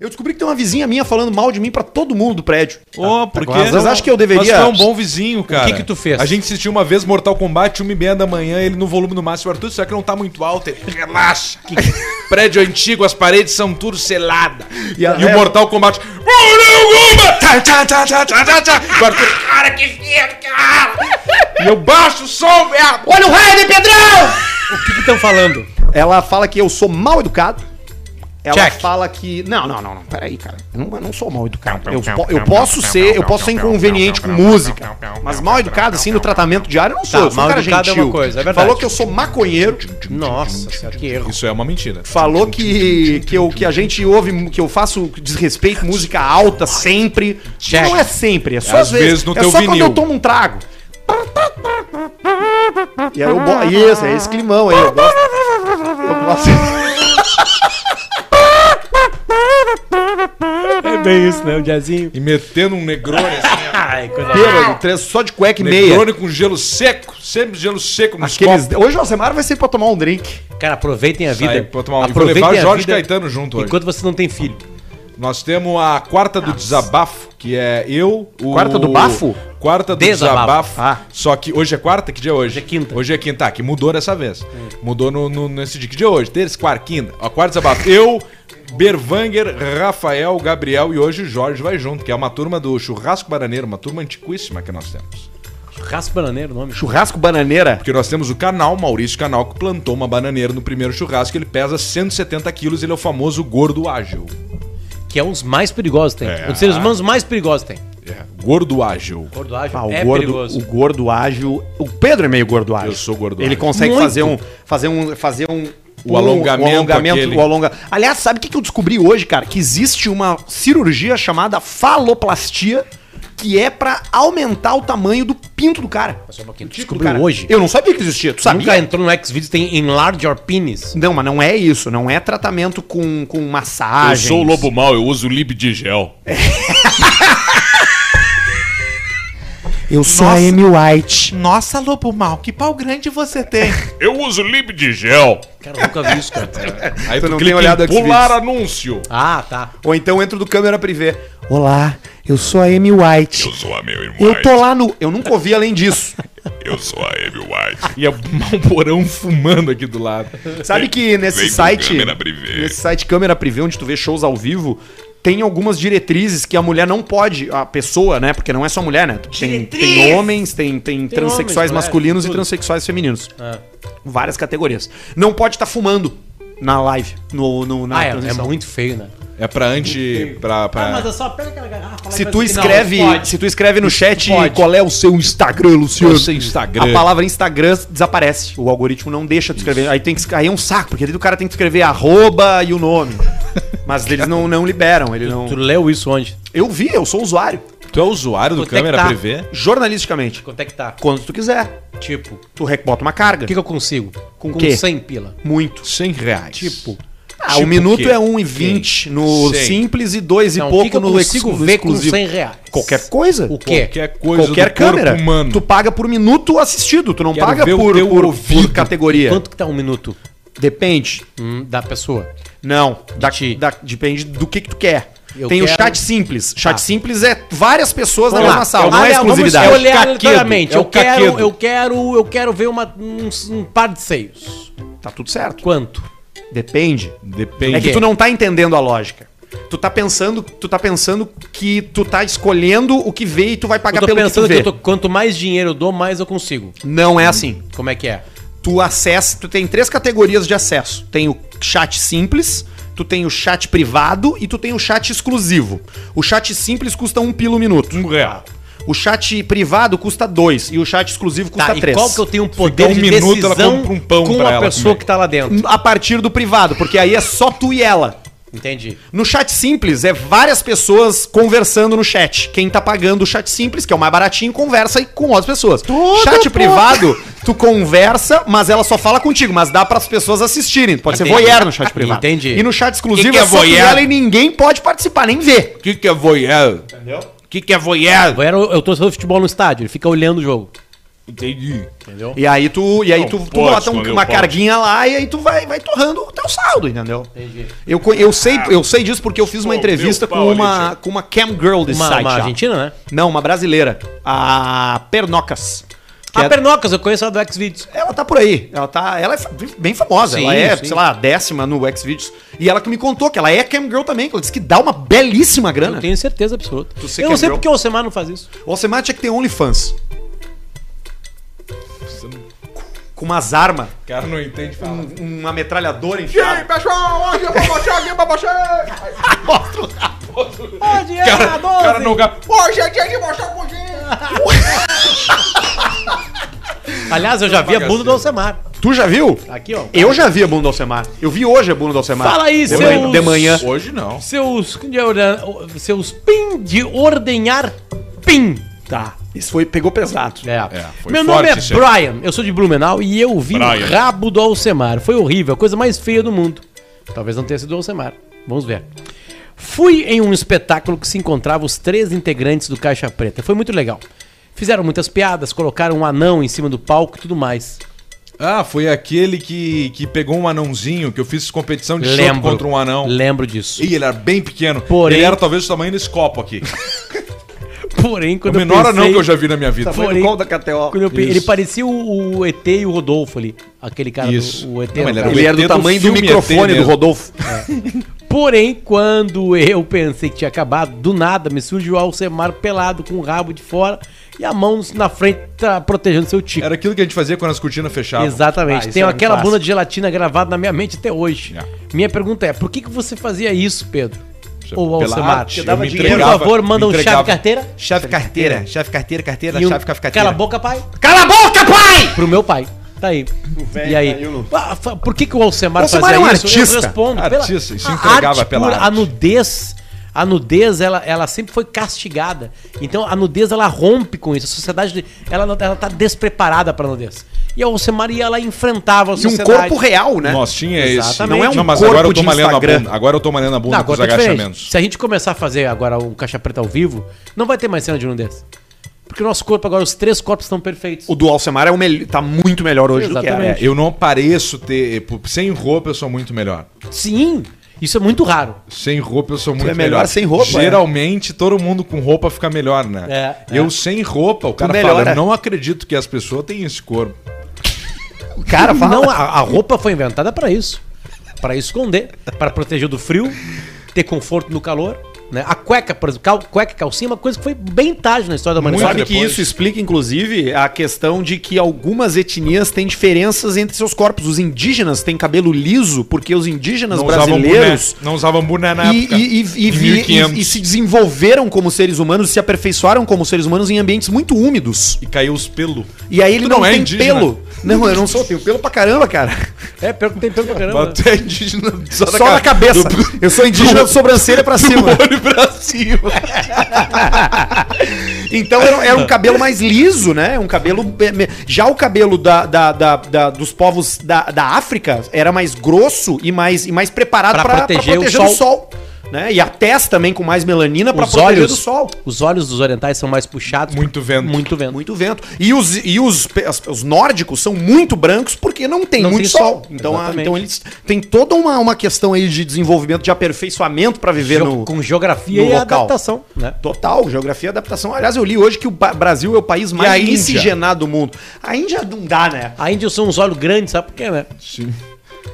Eu descobri que tem uma vizinha minha falando mal de mim pra todo mundo do prédio. Ô, porque Mas Vocês acham que eu deveria. Mas tu é um bom vizinho, cara. que que tu fez? A gente assistiu uma vez Mortal Kombat, 1 e meia da manhã, ele no volume no máximo. Arthur, será que não tá muito alto? Ele, relaxa. Prédio antigo, as paredes são tudo selada. E, a- o Mortal Kombat... Mortal Kombat! Tá, tá, tá, tá, tá, tá, tá. O Arthur, cara, que medo, cara! E eu baixo o som, merda! Olha o raio de Pedrão! O que que estão falando? Ela fala que eu sou mal educado. Ela Check. fala que. Não, não, não, não. Peraí, cara. Eu não, eu não sou mal educado. Eu, po- eu posso ser, eu posso ser inconveniente com música. Mas mal educado, assim, no tratamento diário, eu não sou. Tá, eu sou um mal educado é uma coisa, é verdade. Falou que eu sou maconheiro. Nossa senhora, que erro. Isso é uma mentira. Falou que, que, eu, que a gente ouve, que eu faço desrespeito, música alta sempre. Check. Não é sempre, é só Às às vezes. vezes no é teu só quando vinil. eu tomo um trago. E aí eu bo- Isso, é esse climão aí. Eu gosto. Eu gosto. É bem isso, né? O diazinho. E metendo um negrone assim, Ai, coisa Pelo, três- só de cueca e meia. negrone com gelo seco, sempre gelo seco nos Aqueles... Hoje o Alcemar vai ser pra tomar um drink. Cara, aproveitem a vida. Sai, pô, tomar um- e vou aproveitem levar a Jorge Caetano junto hoje. Enquanto você não tem filho. Nós temos a quarta do desabafo, que é eu, o. Quarta do bafo? Quarta do Desabafo. desabafo. Ah. Só que hoje é quarta? Que dia é hoje? Hoje é quinta. Hoje é quinta, tá, que mudou dessa vez. Mudou no, no- nesse dia. Que dia é hoje? Terça, quarta, quinta. Ó, quarta desabafo. Eu. Berwanger, Rafael, Gabriel e hoje o Jorge vai junto, que é uma turma do Churrasco Bananeiro, uma turma antiquíssima que nós temos. Churrasco bananeiro o nome. Churrasco bananeira. Porque nós temos o canal, Maurício Canal, que plantou uma bananeira no primeiro churrasco, ele pesa 170 quilos, ele é o famoso gordo ágil. Que é um dos mais perigosos tem. É. Um dos seres humanos mais perigosos tem. É, gordo ágil. Gordo ágil Ah, o, é gordo, perigoso. o gordo ágil. O Pedro é meio gordo ágil. Eu sou gordo Ele ágil. consegue Muito. fazer um. Fazer um. Fazer um. O um- alongamento O alongamento. aquele. O alonga... Aliás, sabe o que que eu descobri hoje, cara? Que existe uma cirurgia chamada faloplastia que é pra aumentar o tamanho do pinto do cara. Só um pouquinho. Tu Tipo, Descobriu cara, hoje. Eu não sabia que existia. Tu sabia? Nunca entrou no Xvideos, tem Enlarge Your Penis. Não, mas não é isso. Não é tratamento com, com Eu massagem. sou o Lobo Mal, eu uso Lib de gel. Eu sou a Amy White. Nossa, Lobo Mal, que pau grande você tem. Eu uso Lib de gel. Cara, eu nunca vi isso, cara. Aí Tu tu, não tem clica olhado em Xvideos. pular anúncio. Ah, tá. Ou então entro do câmera privê. Olá, eu sou a Amy White. Eu sou a meu irmão. Eu tô lá no. Eu nunca ouvi além disso. Eu sou a Amy White. E é um porão fumando aqui do lado. Sabe que nesse Vem com site. câmera privê. Nesse site câmera privê, onde tu vê shows ao vivo, tem algumas diretrizes que a mulher não pode. A pessoa, né? Porque não é só mulher, né? Tem, tem homens, tem, tem, transexuais homens, masculinos mulheres, e tudo. transexuais femininos. Ah, Várias categorias. Não pode estar fumando na live, no, no- na Ah, é, é transmissão. muito feio, né? É pra anti. Pra, pra... é só pega aquela garrafa. Se tu escreve, se tu escreve no chat pode. qual é o seu Instagram, Luciano, Qual é o seu Instagram? a palavra Instagram desaparece. O algoritmo não deixa de escrever. Aí tem que aí é um saco, porque daí o cara tem que escrever arroba e o nome. Mas eles não, não liberam, ele Tu não. leu isso onde? Eu vi, eu sou usuário, Tu é usuário do Quanto é que câmera tá? privê? jornalisticamente. Quanto é que tá? Quando tu quiser, Tipo, o tu re- bota uma carga. que, que eu consigo? Com, quê? 100 pila. Muito. 100 reais. Tipo, Ah, Tipo o minuto o quê? é 1,20 no Sim. simples e 2 e não, Então, o pouco que, que eu no consigo ex- ver com exclusivo. 100 reais? Qualquer coisa. O quê? é. qualquer coisa qualquer do corpo câmera, humano. tu paga por minuto assistido, tu não Quero paga ver o por, teu por, ouvido. por categoria. Quanto que tá um minuto Depende. hum, da pessoa? Não, da- ti. da- depende do que, que tu quer. Eu Tem o quero- chat simples. Chat Tá. simples é várias pessoas na Vamos lá. mesma sala, Eu- não é olha, exclusividade. Vamos olhar caquedo, aleatoriamente. é o eu, quero, caquedo. eu quero, eu quero ver uma, um, um par de seios. Tá tudo certo. Quanto? Depende. Depende. É que quê? tu não tá entendendo a lógica. Tu tá pensando, tu tá pensando que tu tá escolhendo o que vê e tu vai Eu pagar tô pelo que tu pensando que, vê. eu tô- quanto mais dinheiro eu dou, mais eu consigo. Não é assim. Como é que é? tu acessa, tu tem três categorias de acesso. Tem o chat simples, tu tem o chat privado e tu tem o chat exclusivo. O chat simples custa um pilo minuto. Um real. O chat privado custa dois e o chat exclusivo custa e três. qual que eu tenho um poder ficar um de minuto, ela decisão compra um pão com pra a ela pessoa comer. que tá lá dentro? A partir do privado, porque aí é só tu e ela. Entendi. No chat simples é várias pessoas conversando no chat. Quem tá pagando o chat simples, que é o mais baratinho, conversa aí com outras pessoas. chat privado, tu conversa, mas ela só fala contigo, mas dá para as pessoas assistirem. Pode ser Entendi. voyeur no chat privado. Entendi. E no chat exclusivo Que que é é só tu e voyeur? ela e ninguém pode participar, nem ver. O que, que é voyeur? Entendeu? O que, que é voyeur? Eu era o torcedor de futebol no estádio, ele fica olhando o jogo. Entendi. Entendeu? E aí tu, e aí Não tu, tu pode bota um- esconder o uma pau. carguinha lá e aí tu vai, vai torrando o teu saldo, entendeu? Eu, co- eu, sei, eu sei disso porque eu fiz uma Escondeu entrevista o pau com ali, uma, tio. com uma cam girl desse Uma, site. uma lá. argentina, né? Não, uma brasileira. A Pernocas. Que A é- Pernocas, eu conheço ela do Xvideos. Ela tá por aí. Ela, tá, ela é fa- bem famosa. Sim, ela é, sim. sei lá, décima no Xvideos. E ela que me contou que ela é cam girl também. Que ela disse que dá uma belíssima grana. Né? Eu tenho certeza absoluta. Tu sei Eu que não é sei girl? porque o Semar não faz isso. O Alcemar tinha que ter OnlyFans. Com umas armas, O cara não entende falar. um- uma metralhadora enfiada. pessoal, hoje eu vou mostrar aqui pra vocês. Mostra o rabo. Pode, é, Cara, cara não ga- Hoje é dia de mostrar pra Aliás, eu já vi a bunda do Alcemar. Tu já viu? Tá Aqui, ó. Eu já vi a bunda do Alcemar. Eu vi hoje a bunda do Alcemar. Fala aí, de seus- manhã, de manhã. Hoje não. Seus. é de orde- Seus pin de ordenhar pin. Tá. Isso foi, pegou pesado. É. foi Meu forte nome é isso aí. Brian, eu sou de Blumenau e eu vi Brian. o rabo do Alcemar. Foi horrível, a coisa mais feia do mundo. Talvez não tenha sido o Alcemar. Vamos ver. Fui em um espetáculo que se encontrava os três integrantes do Caixa Preta. Foi muito legal. Fizeram muitas piadas, colocaram um anão em cima do palco e tudo mais. Ah, foi aquele que, que pegou um anãozinho, que eu fiz competição de chute Lembro. contra um anão. Lembro disso. Ih, ele era bem pequeno. Porém- Ele era talvez o tamanho desse copo aqui. Porém, O quando menor anão pensei- que eu já vi na minha vida. Foi Foi no no gol da KTO. Quando eu pe- Isso. Ele parecia o, o ET e o Rodolfo ali. Aquele cara Isso. do o ET. Não, era ele o era cara. o Ele era do ET do tamanho do filme ET microfone do mesmo. Rodolfo. Porém, quando eu pensei que tinha acabado, do nada me surge o Alcemar pelado com o rabo de fora e a mão na frente tá protegendo seu tico. Era aquilo que a gente fazia quando as cortinas fechavam. Ah, Exatamente. isso Tenho era um aquela clássico. bunda de gelatina gravada na minha mente até hoje. É. Minha pergunta é, por que, que você fazia isso, Pedro? Isso é Ou pela Alcemar? arte, Por eu me entregava, favor, favor, manda um me chave entregava. carteira. Chave carteira, chave carteira, carteira, e um- chave carteira. Cala a boca, pai. Cala a boca, pai! Pro meu pai. Tá aí. E aí? Ah, fa- Por que, que o Alcemar, O Alcemar fazia é um isso? artista. Eu respondo. Artista, e se entregava arte pela pura, arte. A nudez, a nudez ela, ela sempre foi castigada. Então a nudez, ela rompe com isso. A sociedade, ela, não- ela tá despreparada pra nudez. E o Alcemar ia lá e enfrentava a E um sociedade. corpo real, né? Nós tinha esse. Exatamente. Não é um Não, mas corpo agora eu de tô malhando a Instagram. bunda. Agora eu tô malhando a Não, um bunda com os agora tá diferente. agachamentos. Se a gente começar a fazer agora um caixa preta ao vivo, não vai ter mais cena de nudez. Porque o nosso corpo agora, os três corpos estão perfeitos. O do Alcemar é o melhor, tá muito melhor hoje do que Exatamente. era. É, eu não pareço ter. por- Sem roupa eu sou muito melhor. Sim, isso é muito raro. Sem roupa eu sou muito é melhor sem roupa, Geralmente todo mundo com roupa fica melhor, né? É, eu é. sem roupa, o cara melhora. fala, eu não acredito que as pessoas têm esse corpo. O cara fala. Não, a, a roupa foi inventada pra isso. Pra esconder, pra proteger do frio, ter conforto no calor. Né? A cueca, por exemplo, cal, cueca e calcinha é uma coisa que foi bem tarde na história da Muito Sabe humanidade. que depois. isso explica, inclusive, a questão de que algumas etnias têm diferenças entre seus corpos. Os indígenas têm cabelo liso, porque os indígenas brasileiros. boné, não usavam boné na E, época. e- e- e- Em e- 1500. e- e se desenvolveram como seres humanos, se aperfeiçoaram como seres humanos em ambientes muito úmidos. E caiu os pelos. E aí ele Tu não, não é tem indígena? pelo. Não, eu não sou, eu tenho pelo pra caramba, cara. É, pior que tem pelo pra caramba. Mas tu é indígena só, Só na cabeça. Eu sou indígena de sobrancelha pra cima. olho pra cima. Então era, era um cabelo mais liso, né? Um cabelo. Já o cabelo da, da- da- da- dos povos da, da África era mais grosso e mais, e mais preparado Pra pra pra proteger o do sol. né? E a testa também com mais melanina pra Os olhos, do sol. os olhos dos orientais são mais puxados. Muito vento. Muito vento. Muito vento. E os, e os, pe- as- os nórdicos são muito brancos porque não tem Não muito sol. tem sol. Então, a- Exatamente. então eles têm toda uma, uma questão aí de desenvolvimento, de aperfeiçoamento pra viver Geo- no. com geografia no e local. adaptação. Né? Total, geografia e adaptação. Aliás, eu li hoje que o Ba- Brasil é o país mais Índia? miscigenado do mundo. A Índia não dá, né? A Índia são uns olhos grandes, sabe por quê, né? Sim.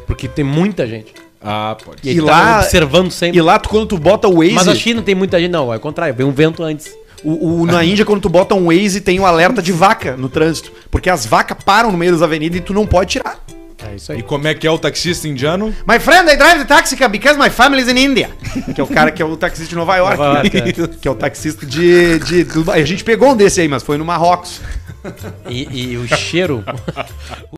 Porque tem muita gente. Ah, pode. E, ele lá- tá observando E sempre. lá, tu- quando tu bota o Waze, Mas a China tem muita gente. Não, é o contrário. Vem um vento antes. o- o- na Índia, quando tu bota um Waze, tem um alerta de vaca no trânsito. Porque as vacas param no meio das avenidas e tu não pode tirar. É isso E como é que é o taxista indiano? My friend, I drive the taxi ca- because my family is in India. Que é o cara que é o taxista de Nova York. Nova York, que é o taxista de, de, do- A gente pegou um desse aí, mas foi no Marrocos. E, e o cheiro.